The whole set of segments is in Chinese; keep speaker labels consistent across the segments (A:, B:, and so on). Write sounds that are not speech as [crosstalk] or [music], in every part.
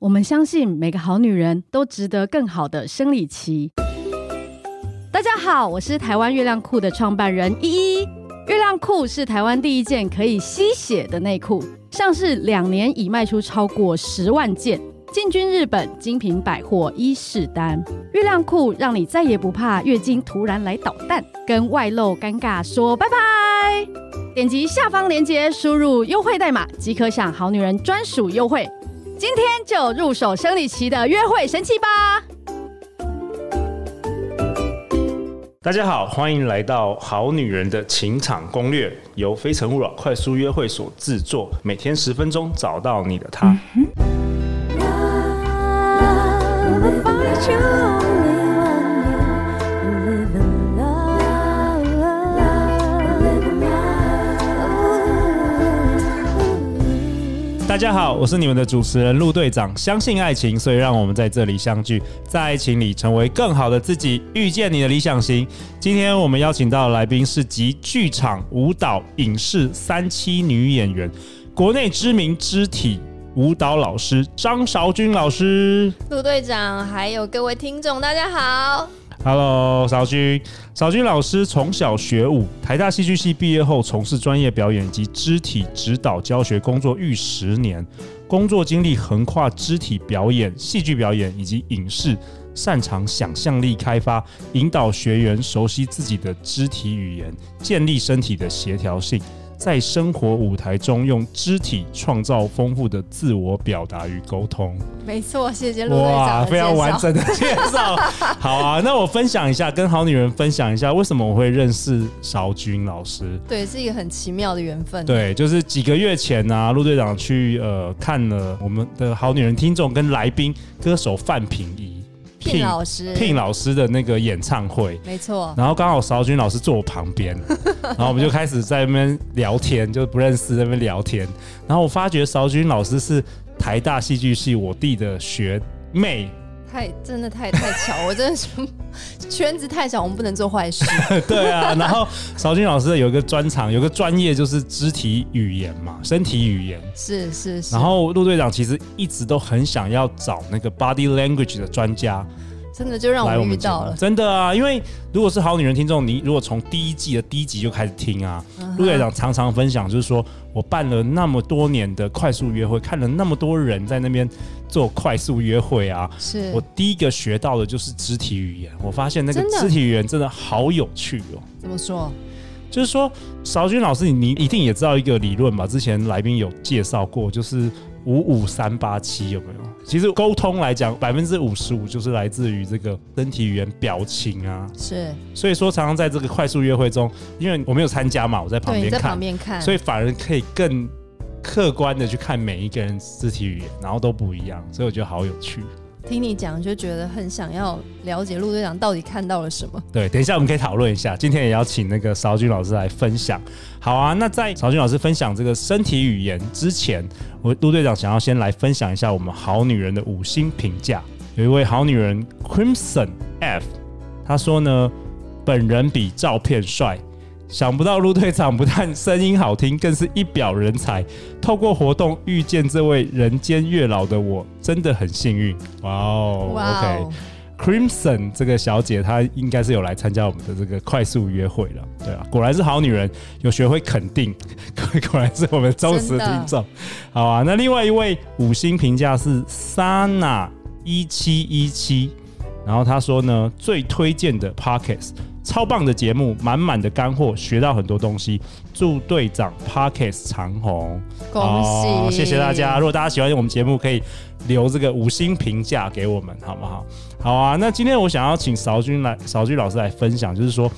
A: 我们相信每个好女人都值得更好的生理期。大家好，我是台湾月亮裤的创办人依依。月亮裤是台湾第一件可以吸血的内裤，上市两年已卖出超过十万件，进军日本精品百货伊势丹。月亮裤让你再也不怕月经突然来捣蛋，跟外露尴尬说拜拜。点击下方链接，输入优惠代码即可享好女人专属优惠。今天就入手生理期的约会神器吧！
B: 大家好，欢迎来到《好女人的情场攻略》，由非诚勿扰快速约会所制作，每天十分钟，找到你的他。
C: Love, find you only one you live in love, live in love.
B: 大家好，我是你们的主持人陆队长。相信爱情，所以让我们在这里相聚，在爱情里成为更好的自己，遇见你的理想型。今天我们邀请到的来宾是集剧场、舞蹈、影视三栖女演员，国内知名肢体舞蹈老师张韶君老师。
D: 陆队长，还有各位听众，大家好。
B: Hello，少君，少君老师从小学舞，台大戏剧系毕业后从事专业表演及肢体指导教学工作逾十年，工作经历横跨肢体表演、戏剧表演以及影视，擅长想象力开发，引导学员熟悉自己的肢体语言，建立身体的协调性。在生活舞台中，用肢体创造丰富的自我表达与沟通。
D: 没错，谢谢陆队长
B: 哇，
D: 的
B: 非常
D: 介绍
B: 完
D: [laughs]
B: 整的介绍。好啊，那我分享一下，跟好女人分享一下，为什么我会认识邵军老师。
D: 对，是一个很奇妙的缘分。，
B: 对，就是几个月前呢、陆队长去呃看了我们的好女人听众跟来宾歌手范平仪
D: 聘老师，
B: 聘老师的那个演唱会，
D: 没错，
B: 然后刚好邵军老师坐我旁
D: [laughs]
B: 边，然后我们就开始在那边聊天，就不认识在那边聊天。然后我发觉邵军老师是台大戏剧系我弟的学妹，
D: 太真的太太巧，我真的是 [laughs] 圈子太小，我们不能做坏事。
B: [laughs] 对啊，然后邵军老师有一个专长，有个专业就是肢体语言嘛，身体语言。
D: 是是是
B: 然，后陆队长其实一直都很想要找那个 body language 的专家
D: 真的就让
B: 来
D: 我
B: 我
D: 遇
B: 们节
D: 到
B: 目
D: 了，。
B: 真的啊，因为如果是好女人听众，你如果从第一季的第一集就开始听啊，
D: 嗯
B: 陆队长常常分享就是说我办了那么多年的快速约会，看了那么多人在那边做快速约会啊，
D: 是
B: 我第一个学到的就是肢体语言，我发现那个
D: 真的
B: 肢体语言真的好有趣哦。
D: 怎么说？
B: 就是说，邵军老师，你一定也知道一个理论吧？之前来宾有介绍过，就是五五三八七，有没有？其实沟通来讲，百分之五十五就是来自于这个身体语言、表情啊。
D: 是
B: 所以说，常常在这个快速约会中，因为我没有参加嘛，我在旁
D: 对，你
B: 边
D: 在
B: 看
D: 旁，边看，
B: 所
D: 以
B: 以反而可以更客观的去看每一个人肢体语言，然后都不一样，所以我觉得好有趣。
D: 听你讲就觉得很想要了解陆队长到底看到了什么。
B: 对，等一下我们可以讨论一下。今天也要请那个邵军老师来分享。好啊，那在邵军老师分享这个身体语言之前，我陆队长想要先来分享一下我们好女人的五星评价。有一位好女人 Crimson F，她说呢，本人比照片帅。想不到陆队长不但声音好听，更是一表人才。透过活动遇见这位人间月老的我，真的很幸运。哇哦，OK，
D: 哦
B: Crimson 这个小姐，她应该是有来参加我们的这个快速约会了，对啊，果然是好女人，有学会肯定， [laughs] 果然是我们忠实的听众。好啊，那另外一位五星评价是 Sana 一七一七，然后她说呢，最推荐的 Pockets，超棒的节目，满满的干货，学到很多东西。祝队长 Pockets 长虹，
D: 恭喜、
B: 哦谢谢大家。如果大家喜欢我们节目，可以留这个五星评价给我们，好不好？好啊。那今天我想要请邵军来，邵军老师来分享，就是说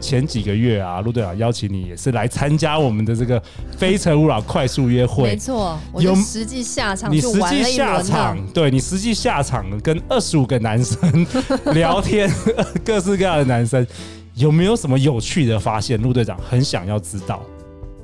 B: 前几个月啊，陆队长邀请你也是来参加我们的这个《非诚勿扰》快速约
D: 没
B: 会。
D: 错，我
B: 有
D: 就实际下场
B: 你
D: 就
B: 实
D: 玩
B: 际
D: 了一轮
B: 下
D: 了。
B: 场，对你实际下场跟二十五个男生聊天， [laughs] 各式各样的男生，有没有什么有趣的发现？陆队长很想要知道。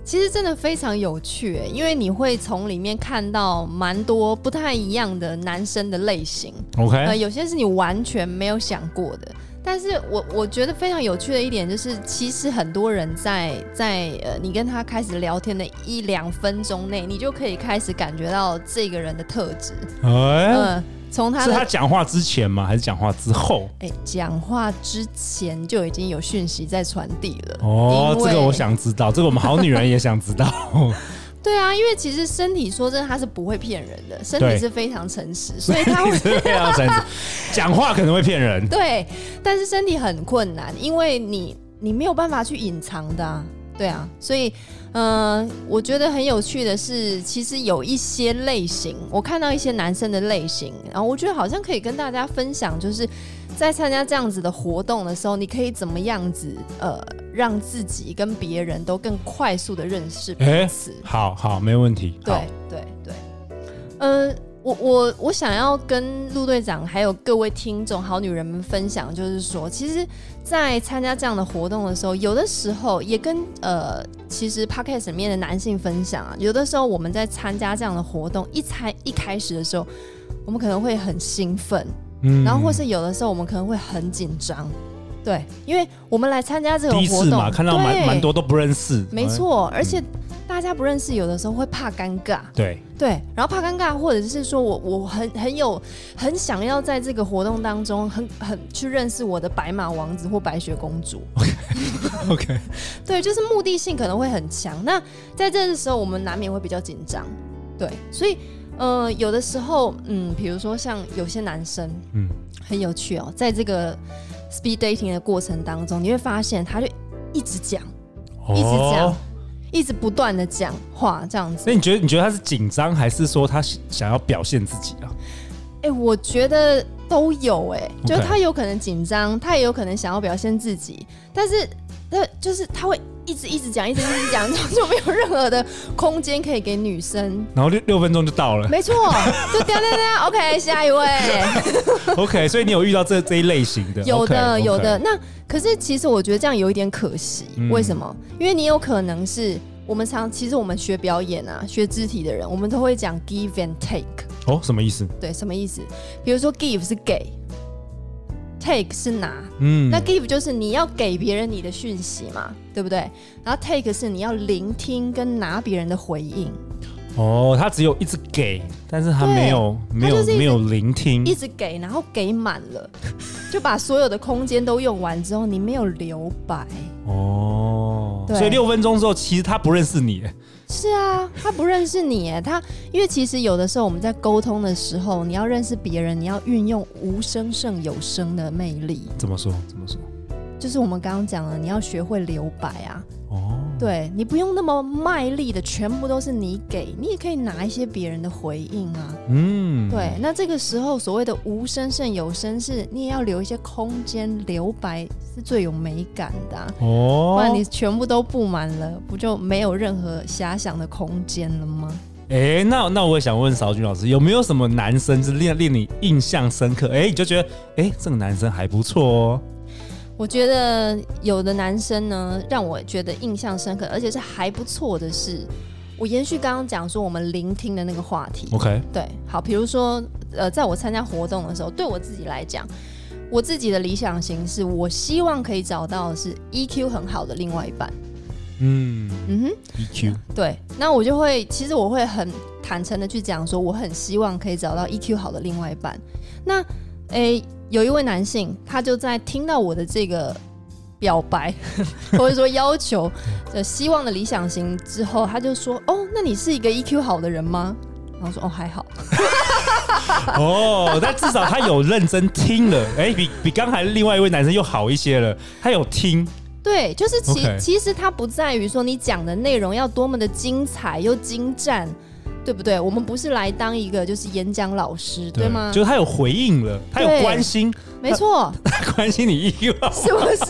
D: 其实真的非常有趣耶，因为你会从里面看到蛮多不太一样的男生的类型，
B: OK，
D: 呃，有些是你完全没有想过的，但是我我觉得非常有趣的一点就是，其实很多人在在呃，你跟他开始聊天的一两分钟内，你就可以开始感觉到这个人的特质。
B: 哎、
D: 嗯，从他
B: 是
D: 的
B: 他讲话之前吗？还是讲话之后？
D: 哎讲话之前就已经有讯息在传递了。
B: 哦，
D: 因为
B: 这个我想知道，这个我们好女人也想知
D: [laughs]
B: 道。
D: 对啊，因为其实身体说真的，它是不会骗人的，身
B: 对
D: 体是非常诚实，所
B: [laughs]
D: 以它会。
B: 是非常诚实，讲话可能会骗人
D: 对，但是身体很困难，因为你你没有办法去隐藏的、啊，对啊，所以嗯、呃我觉得很有趣的是，其实有一些类型，我看到一些男生的类型，然后我觉得好像可以跟大家分享，就是在参加这样子的活动的时候，你可以怎么样子呃，让自己跟别人都更快速的认识
B: 哎
D: 彼此。
B: 好好，没问题。好
D: 对，对对，呃，我我我想要跟陆队长还有各位听众好女人们分享，就是说，其实，在参加这样的活动的时候，有的时候也跟呃，其实 podcast 里面的男性分享啊，有的时候我们在参加这样的活动，一参一开始的时候，我们可能会很兴奋，
B: 嗯
D: 然后或是有的时候我们可能会很紧张。对，因为我们来参加这个
B: 第一
D: 活
B: 次
D: 动，
B: 嘛，看到
D: 对
B: 蛮蛮多都哎嗯不认识。
D: 没错，而且大家不认识，有的时候会怕尴尬，
B: 嗯。对，
D: 对，然后怕尴尬，或者是说我我很很有很想要在这个活动当中很很去认识我的白马王子或白雪公主。
B: OK
D: 对，就是目的性可能会很强。那在这个时候，我们难免会比较紧张。对，所以呃，有的时候，嗯，比如说像有些男生，
B: 嗯
D: 嗯，很有趣哦，在这个 speed dating 的过程当中，你会发现他就一直讲，
B: 哦。
D: 一直讲，一直不断的讲话，这样子。
B: 那你觉得你觉得他是紧张，还是说他想要表现自己啊？
D: 哎、我觉得都有哎、就
B: OK
D: 他有可能紧张，他也有可能想要表现自己，但是他就是他会一直一直讲，一直一直讲， [laughs] 就就没有任何的空间可以给女生。
B: 然后六六分钟就到了
D: 没错，就掉掉掉，OK，下一 [laughs] 位，
B: ，OK，所以你有遇到这这一类型的，
D: [laughs] 有的
B: OK，OK
D: 有的。，那可是其实我觉得这样有一点可惜，
B: 嗯
D: 为什么？因为你有可能是我们常其实我们学表演啊，学肢体的人，我们都会讲 give and take。
B: 哦，什么意思？
D: 对，什么意思？比如说 give 是给，take 是拿，
B: 嗯，
D: 那 give 就是你要给别人你的讯息嘛，对不对？然后 take 是你要聆听跟拿别人的回应，
B: 哦，他只有一直给，但是他
D: 对
B: 没有没
D: 他
B: 有
D: 就是一直
B: 没有聆听
D: 一，直给，然后给满了， [laughs] 就把所有的空间都用完之后，你没有留白。
B: 哦，
D: 对
B: 所以六分钟之后，其实他不认识你，
D: 是啊，他不认识你耶，他因为其实有的时候我们在沟通的时候，你要认识别人，你要运用无声胜有声的魅力，
B: 怎么说？怎么说？
D: 就是我们刚刚讲了，你要学会留白啊。
B: 哦，
D: 对你不用那么卖力的，全部都是你给，你也可以拿一些别人的回应啊。
B: 嗯，
D: 对，那这个时候所谓的无声胜有声是，你也要留一些空间，留白是最有美感的啊、不
B: 哦
D: 然，你全部都布满了，不就没有任何遐想的空间了吗？
B: 哎、那那我也想问邵军老师，有没有什么男生是令令你印象深刻？哎、你就觉得哎、这个男生还不错哦，
D: 我觉得有的男生呢，让我觉得印象深刻，而且是还不错的是，我延续刚刚讲说我们聆听的那个话题，
B: OK，
D: 对，好，比如说，呃，在我参加活动的时候，对我自己来讲，我自己的理想型是我希望可以找到的是 EQ 很好的另外一半。
B: 嗯
D: 嗯哼， [laughs]
B: ，EQ，
D: 对，那我就会，其实我会很坦诚的去讲说，我很希望可以找到 EQ 好的另外一半。那，诶，有一位男性，他就在听到我的这个表白， [laughs] 或者说要求，呃，希望的理想型之后，他就说，哦，那你是一个 EQ 好的人吗？然后我说，哦，还好。
B: 哦，但至少他有认真听了，哎、比比刚才另外一位男生又好一些了，他有听，
D: 对，就是其
B: OK
D: 其实它不在于说你讲的内容要多么的精彩又精湛，对不对？我们不是来当一个就是演讲老师，对吗？
B: 就是他有回应了，他有
D: 对
B: 关心，
D: 没错，
B: 他关心你 EQ 好
D: [laughs] 是不是？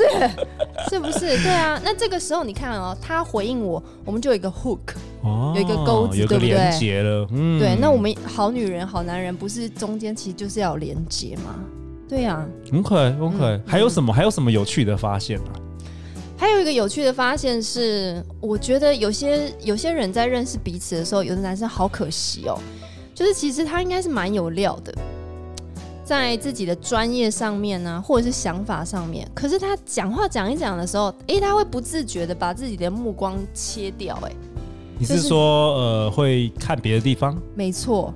D: 是不是？对啊。那这个时候你看哦，他回应我，我们就有一个 hook。
B: 哦
D: 有一个钩子
B: 有个
D: 对不对
B: 连接了，嗯，
D: 对，那我们好女人、好男人不是中间其实就是要有连接吗？对啊。
B: OK OK，、
D: 嗯
B: 还有什么还有什么有趣的发现啊？
D: 还有一个有趣的发现是，我觉得有些有些人在认识彼此的时候，有的男生好可惜哦，就是其实他应该是蛮有料的，在自己的专业上面呢、或者是想法上面，可是他讲话讲一讲的时候，诶、他会不自觉的把自己的目光切掉、诶，
B: 你
D: 就是是
B: 说呃会看别的地方？
D: 没错，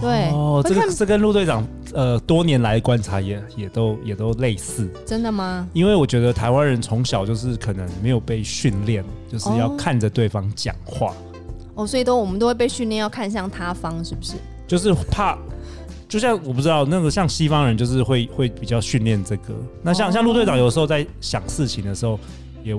D: 对，
B: 哦，
D: 会
B: 这
D: 看
B: 个这跟陆队长呃多年来的观察也也都也都类似，
D: 真的吗？
B: 因为我觉得台湾人从小就是可能没有被训练，就是要
D: 哦
B: 看着对方讲话，
D: 哦，所以都我们都会被训练要看向他方，是不是？
B: 就是怕。就像我不知道那个像西方人就是会会比较训练这个，那像、
D: 哦
B: 像陆队长有时候在想事情的时候，也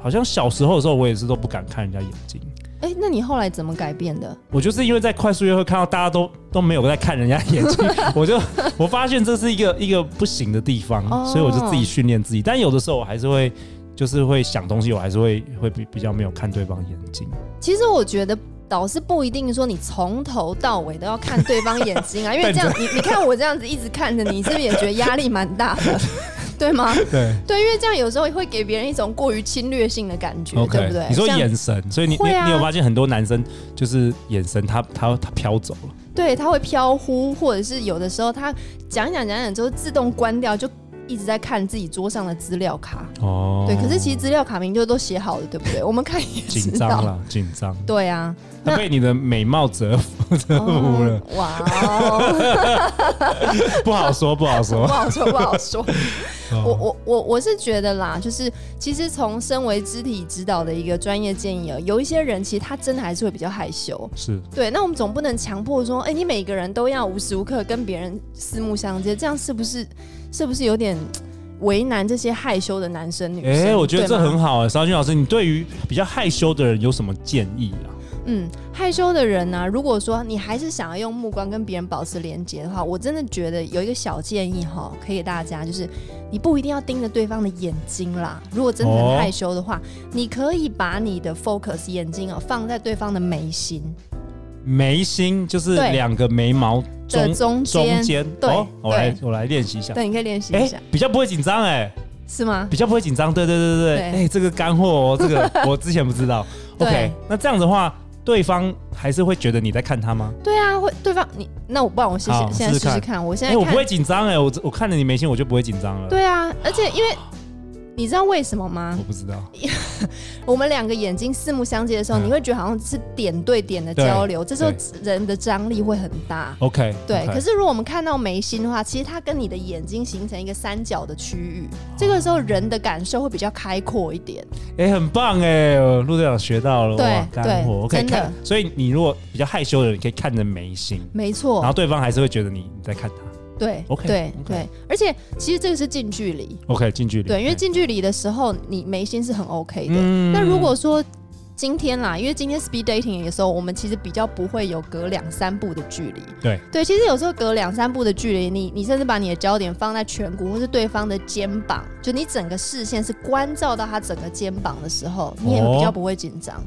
B: 好像小时候的时候我也是都不敢看人家眼睛，
D: 诶，那你后来怎么改变的？
B: 我就是因为在快速约会看到大家都都没有在看人家眼睛， [laughs] 我就我发现这是一个一个不行的地方，
D: 哦
B: 所以我就自己训练自己。但有的时候我还是会就是会想东西，我还是会会比比较没有看对方眼睛。
D: 其实我觉得。导师不一定说你从头到尾都要看对方眼睛
B: [laughs]
D: 啊，因为这样你你看我这样子一直看着你，是不是也觉得压力蛮大的，对
B: [laughs]
D: 吗？
B: 对
D: 对，因为这样有时候会给别人一种过于侵略性的感觉对不对？
B: 你说
D: 像
B: 眼神，所以你你
D: 会啊
B: 你有发现很多男生就是眼神他他他飘走了，
D: 对，他会飘忽，或者是有的时候他讲一讲讲一讲之后自动关掉，就一直在看自己桌上的资料卡。
B: 哦，
D: 对，可是其实资料卡名就都写好了，对不对？我们看也知
B: 紧张
D: 道。
B: 了，紧张，
D: 对
B: [laughs]
D: 啊，
B: 他被你的美貌折
D: [laughs]
B: 服折服了
D: 哦，哇哦，
B: 不好说不好
D: 不
B: 说。
D: 好说，不好说。
B: [laughs]
D: 我
B: 哦
D: 我我我是觉得啦，就是其实从身为肢体指导的一个专业建议啊，有一些人其实他真的还是会比较害羞。
B: 是
D: 对，那我们总不能强迫说，哎、你每个人都要无时无刻跟别人四目相接，这样是不是是不是有点为难这些害羞的男生女生？
B: 哎、我觉得
D: 对
B: 这
D: 吗
B: 很好哎、邵军老师，你对于比较害羞的人有什么建议啊？
D: 嗯，害羞的人呢、如果说你还是想要用目光跟别人保持连接的话，我真的觉得有一个小建议哈，可以给大家，就是你不一定要盯着对方的眼睛啦。如果真的
B: 哦
D: 很害羞的话，你可以把你的 focus 眼睛哦放在对方的眉心
B: 眉心就是
D: 对
B: 两个眉毛
D: 的
B: 中
D: 中
B: 中
D: 间，
B: 间，
D: 对
B: 哦，我来
D: 对
B: 我来练习一下。
D: 对，你可以练习
B: 哎、
D: 一下，
B: 比较不会紧张哎，
D: 是吗？
B: 比较不会紧张，对对对对对，哎、
D: 对
B: 这个干货哦，这
D: [laughs]
B: 个我之前不知道。
D: 对
B: OK，那这样的话，对方还是会觉得你在看他吗？
D: 对啊，会对方你那我不然我试试
B: 好，
D: 现在
B: 试试
D: 试
B: 看
D: 试看，我现
B: 哎、
D: 在
B: 我
D: 看，
B: 不会紧张哎，我我看着你眉心，我就不会紧张了。
D: 对啊，而且因为你知道为什么吗
B: 我？不知道，
D: 我们两个眼睛四目相接的时候，
B: 嗯
D: 你会觉得好像是点对点的交流，这时候人的张力会很大。
B: OK，
D: 对，可是如果我们看到眉心的话，其实它跟你的眼睛形成一个三角的区域，
B: 哦
D: 这个时候人的感受会比较开阔一点。
B: 哎、很棒哎、呃陆队长学到了，
D: 对
B: 哇，干货
D: 对
B: ，OK，
D: 真的
B: 看。所以你如果比较害羞的人，你可以看着眉心，
D: 没
B: 然
D: 错
B: 后，对方还是会觉得你你在看他。
D: 对
B: OK，
D: 对
B: OK
D: 对，而且其实这个是近距离，
B: OK，近距离。
D: 对，因为
B: OK
D: 近距离的时候，你眉心是很 OK 的。
B: 嗯
D: 那如果说今天啦，因为今天 speed dating 的时候，我们其实比较不会有隔两三步的距离。
B: 对
D: 对，其实有时候隔两三步的距离，你你甚至把你的焦点放在颧骨或是对方的肩膀，就你整个视线是关照到他整个肩膀的时候，你也
B: 哦
D: 比较不会紧张。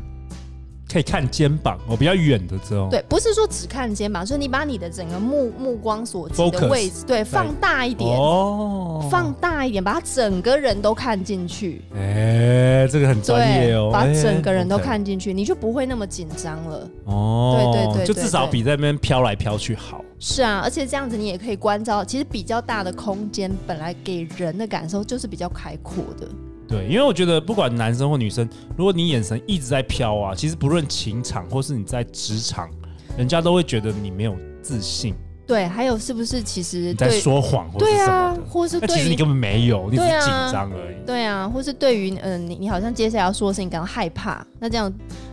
B: 可以看肩膀，我比较远的时候，
D: 对，不是说只看肩膀，所以你把你的整个目目光所及的
B: Focus
D: 位置，对，放大一点。
B: 哦，
D: 放，大一点，把他整个人都看进去，
B: 哎，这个很专业
D: 对
B: 哦，，
D: 把
B: 哎
D: 整个人都
B: OK
D: 看进去，你就不会那么紧张了。
B: 哦，
D: 对对对
B: 就
D: 对
B: 至少
D: 对
B: 比在那边飘来飘去好。
D: 是啊，而且这样子你也可以关照，其实比较大的空间本来给人的感受就是比较开阔的。
B: 对，因为我觉得不管男生或女生，如果你眼神一直在飘啊，其实不论情场或是你在职场，人家都会觉得你没有自信，
D: 对，还有是不是其实
B: 你在
D: 对
B: 说谎或是
D: 对
B: 什么
D: 啊
B: 的，。
D: 或是
B: 那其
D: 对
B: 实你
D: 于
B: 根本没有，你只是
D: 对啊
B: 紧张而已。
D: 对啊，或是对于嗯、呃你你好像接下来要说的事情感到害怕，那这样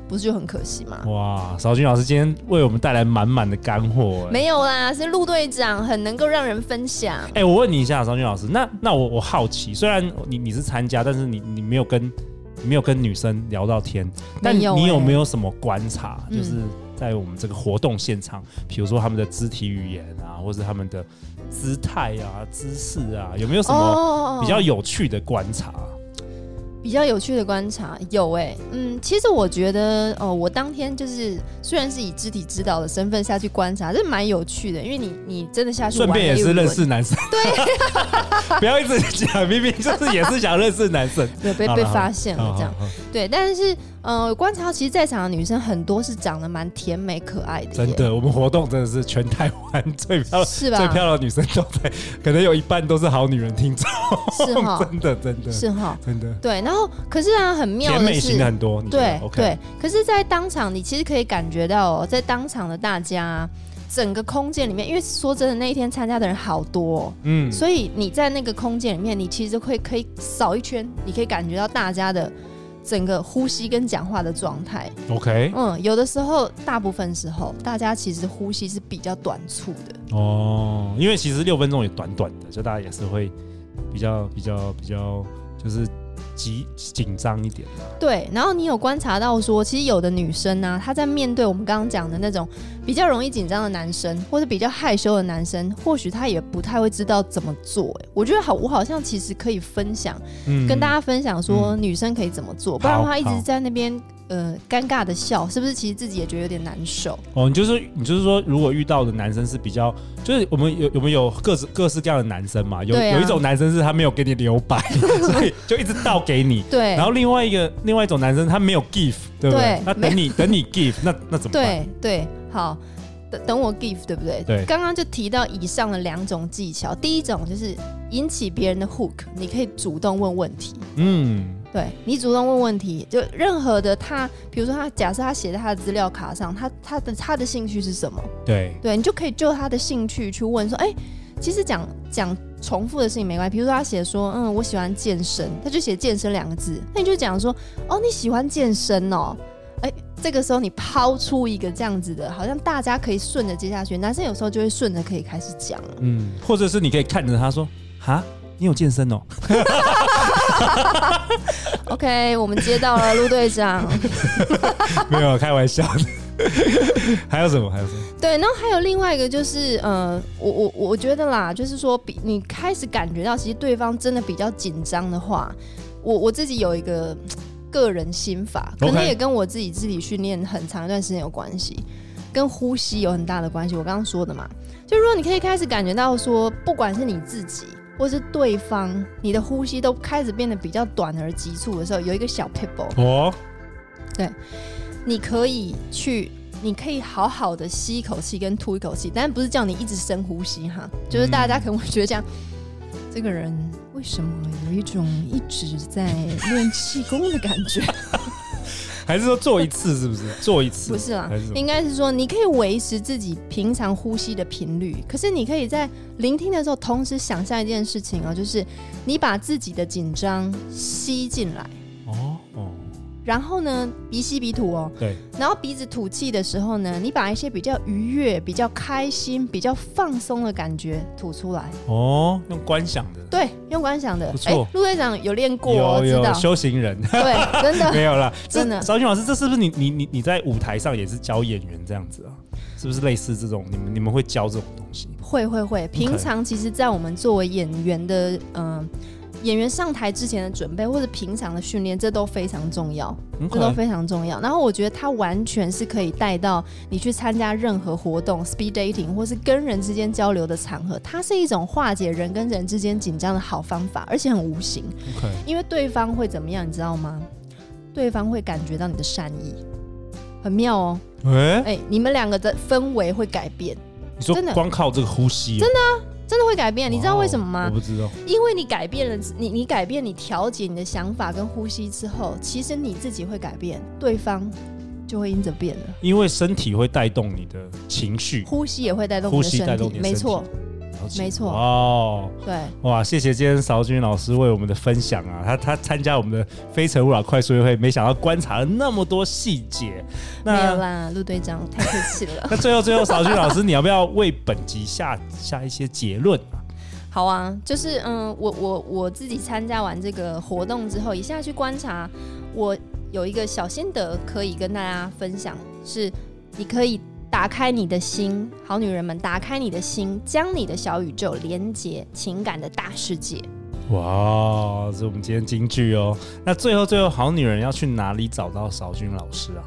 D: 不是就很可惜吗？
B: 哇，邵军老师今天为我们带来满满的干货、哎
D: 没有啦，是陆队长很能够让人分享。
B: 哎、我问你一下，邵军老师，那那我我好奇，虽然你你是参加，但是你你没有跟你没有跟女生聊到天，但
D: 没有
B: 你有
D: 哎
B: 没有什么观察？
D: 嗯
B: 就是在我们这个活动现场，比如说他们的肢体语言啊，或者他们的姿态啊、姿势啊，有没有什么
D: 哦
B: 比较有趣的观察？
D: 比较有趣的观察有哎、嗯，其实我觉得哦，我当天就是虽然是以肢体指导的身份下去观察，这蛮有趣的，因为你你真的下去
B: 顺、
D: 玩
B: 便也
D: 了一
B: 是
D: 轮
B: 认识男生， [laughs] 对，不要一直讲，明明就是也是想认识男生，
D: 对，被
B: 好了
D: 被
B: 好了
D: [laughs] 发现了这样。
B: 好好好
D: 对，但是嗯、呃，观察到其实在场的女生很多是长得蛮甜美可爱的，
B: 真，的，我们活动真的是全台湾最漂
D: [laughs] 是吧？
B: 最漂亮的女生都在，可能有一半都是好女人听众，
D: 是哈，
B: [laughs] 真的真的
D: 是哈，
B: 真的，
D: 对。然后可是啊，很妙
B: 甜
D: 的
B: 美
D: 是
B: 型的，很多，你觉得
D: 对
B: OK，
D: 对。可是，在当场你其实可以感觉到哦，在当场的大家啊。整个空间里面，因为说真的，那一天参加的人好多、哦，
B: 嗯，
D: 所以你在那个空间里面，你其实会可以扫一圈，你可以感觉到大家的整个呼吸跟讲话的状态。
B: OK
D: 嗯，有的时候，大部分时候，大家其实呼吸是比较短促的。
B: 哦，因为其实六分钟也短短的，所以大家也是会比较比较比较就是急紧张一点的，
D: 对，然后你有观察到说，其实有的女生呢、她在面对我们刚刚讲的那种比较容易紧张的男生，或者比较害羞的男生，或许她也不太会知道怎么做、欸。我觉得好，我好像其实可以分享，
B: 嗯
D: 跟大家分享说女生可以怎么做，不然的话一直在那边呃尴尬的笑，是不是？其实自己也觉得有点难受。
B: 哦，你就是你就是说，如果遇到的男生是比较，就是我们有我们有各式各式各样的男生嘛，有、
D: 对啊
B: 有一种男生是他没有给你留
D: [laughs]
B: 白，所以就一直倒给你。
D: 对，
B: 然后另外一个另外一种男生他没有 give，对不对
D: 哎对？
B: 那等你等你 give，那那怎么办？
D: 对对，好，等等我 give，对不对？
B: 对
D: 刚刚就提到以上的两种技巧，第一种就是引起别人的 hook，你可以主动问问题。
B: 嗯，
D: 对你主动问问题，就任何的他，比如说他假设他写在他的资料卡上，他他的他的兴趣是什么？
B: 对，
D: 对你就可以就他的兴趣去问说，哎、其实讲讲重复的事情没关系，比如说他写说，嗯，我喜欢健身，他就写健身两个字，那你就讲说，哦，你喜欢健身哦，哎、这个时候你抛出一个这样子的，好像大家可以顺着接下去，男生有时候就会顺着可以开始讲了。
B: 嗯，或者是你可以看着他说，哈，你有健身哦， [laughs]
D: OK，我们接到了陆队长，
B: 没有开玩笑的。还有什么？还有什么？
D: 对，然后还有另外一个就是，呃，我我我觉得啦，就是说，比你开始感觉到其实对方真的比较紧张的话，我我自己有一个嗯个人心法，可
B: OK
D: 能也跟我自己自己训练很长一段时间有关系，跟呼吸有很大的关系。我刚刚说的嘛，就如果你可以开始感觉到说，不管是你自己。或是对方，你的呼吸都开始变得比较短而急促的时候，有一个小 p i p b l e
B: 哦，
D: 你可以去，你可以好好的吸一口气跟吐一口气，但不是叫你一直深呼吸哈，就是
B: 嗯
D: 大家可能会觉得这样，这个人为什么有一种一直在练气功的感
B: [laughs]
D: 觉？
B: 还是说做一次是不是？做一次
D: 不是啊啦
B: 还是什，么
D: 应该是说你可以维持自己平常呼吸的频率，可是你可以在聆听的时候，同时想象一件事情哦，就是你把自己的紧张吸进来。
B: 哦哦，
D: 然后呢，鼻吸鼻吐哦。
B: 对。
D: 然后鼻子吐气的时候呢，你把一些比较愉悦、比较开心、比较放松的感觉吐出来。
B: 哦，用观想的，
D: 对，用观想的
B: 不。错
D: 哎，陆队长有练过哦，
B: 有
D: 我知
B: 有
D: 道。
B: 修行人 [laughs]
D: 对，真的。
B: 没有
D: [laughs]
B: 啦。这
D: 真的
B: 邵军老师，这是不是你你你你在舞台上也是教演员这样子啊？是不是类似这种？你们你们会教这种东西？
D: 会
B: [laughs]
D: 会会，平常其实，在我们作为演员的，嗯、演员上台之前的准备，或者平常的训练，这都非常重要，
B: 很
D: 这都非常重要。然后我觉得它完全是可以带到你去参加任何活动，speed dating 或是跟人之间交流的场合，它是一种化解人跟人之间紧张的好方法，而且很无形，
B: OK，
D: 因为对方会怎么样，你知道吗？对方会感觉到你的善意，很妙哦。
B: 哎、
D: 哎、你们两个的氛围会改变。
B: 你说
D: 真的
B: 光靠这个呼吸、真的，
D: 真的会改变，你知道为什么
B: 我
D: 吗？
B: 不知道。
D: 因为你改变了你，你改变你调节你的想法跟呼吸之后，其实你自己会改变，对方就会因着变了，
B: 因为身体会带动你的情绪，
D: 呼吸也会带动
B: 呼
D: 你的
B: 吸带
D: 身
B: 动
D: 体
B: 你，的
D: 没错，
B: 了解
D: 没错
B: 哦，
D: 对，
B: 哇，谢谢今天邵军老师为我们的分享啊，他他参加我们的《非诚勿扰》快速约会，没想到观察了那么多细节。 [laughs]
D: 没有
B: 那
D: 啦，陆队长太客气
B: [laughs]
D: 了。
B: 那最后最后，邵军老师，你要不要为本集下下一些结论啊？
D: 好啊，就是嗯，我我我自己参加完这个活动之后，一下去观察，我有一个小心得可以跟大家分享，是你可以打开你的心，好女人们，打开你的心，将你的小宇宙连接情感的大世界。
B: 哇，哦这是我们今天金句哦。那最后最后，好女人要去哪里找到邵军老师啊？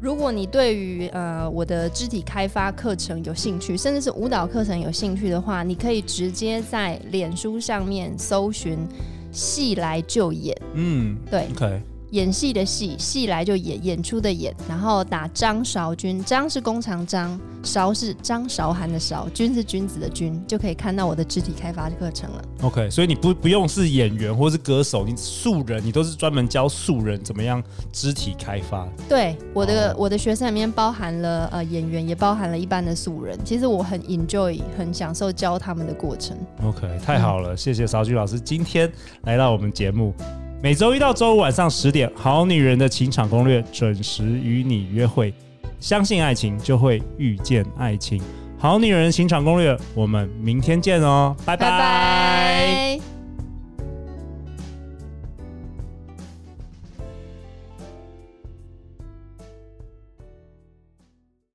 D: 如果你对于呃我的肢体开发课程有兴趣，甚至是舞蹈课程有兴趣的话，你可以直接在脸书上面搜寻“戏来就演
B: 嗯”，
D: 对，
B: ，OK，
D: 演戏的戏，戏来就演，演出的演，然后打张韶君，张是弓长张，韶是张韶涵的韶，君是君子的君，就可以看到我的肢体开发课程了。
B: OK，所以你不不用是演员或是歌手，你素人，你都是专门教素人怎么样肢体开发。
D: 对，我的、
B: 哦
D: 我的学生里面包含了呃演员，也包含了一般的素人。其实我很 enjoy，很享受教他们的过程。
B: OK，太好了，谢谢邵菊老师今天来到我们节目。每周一到周五晚上十点，《好女人的情场攻略》准时与你约会。相信爱情，就会遇见爱情。好女人的情场攻略，我们明天见哦，拜拜
D: 拜拜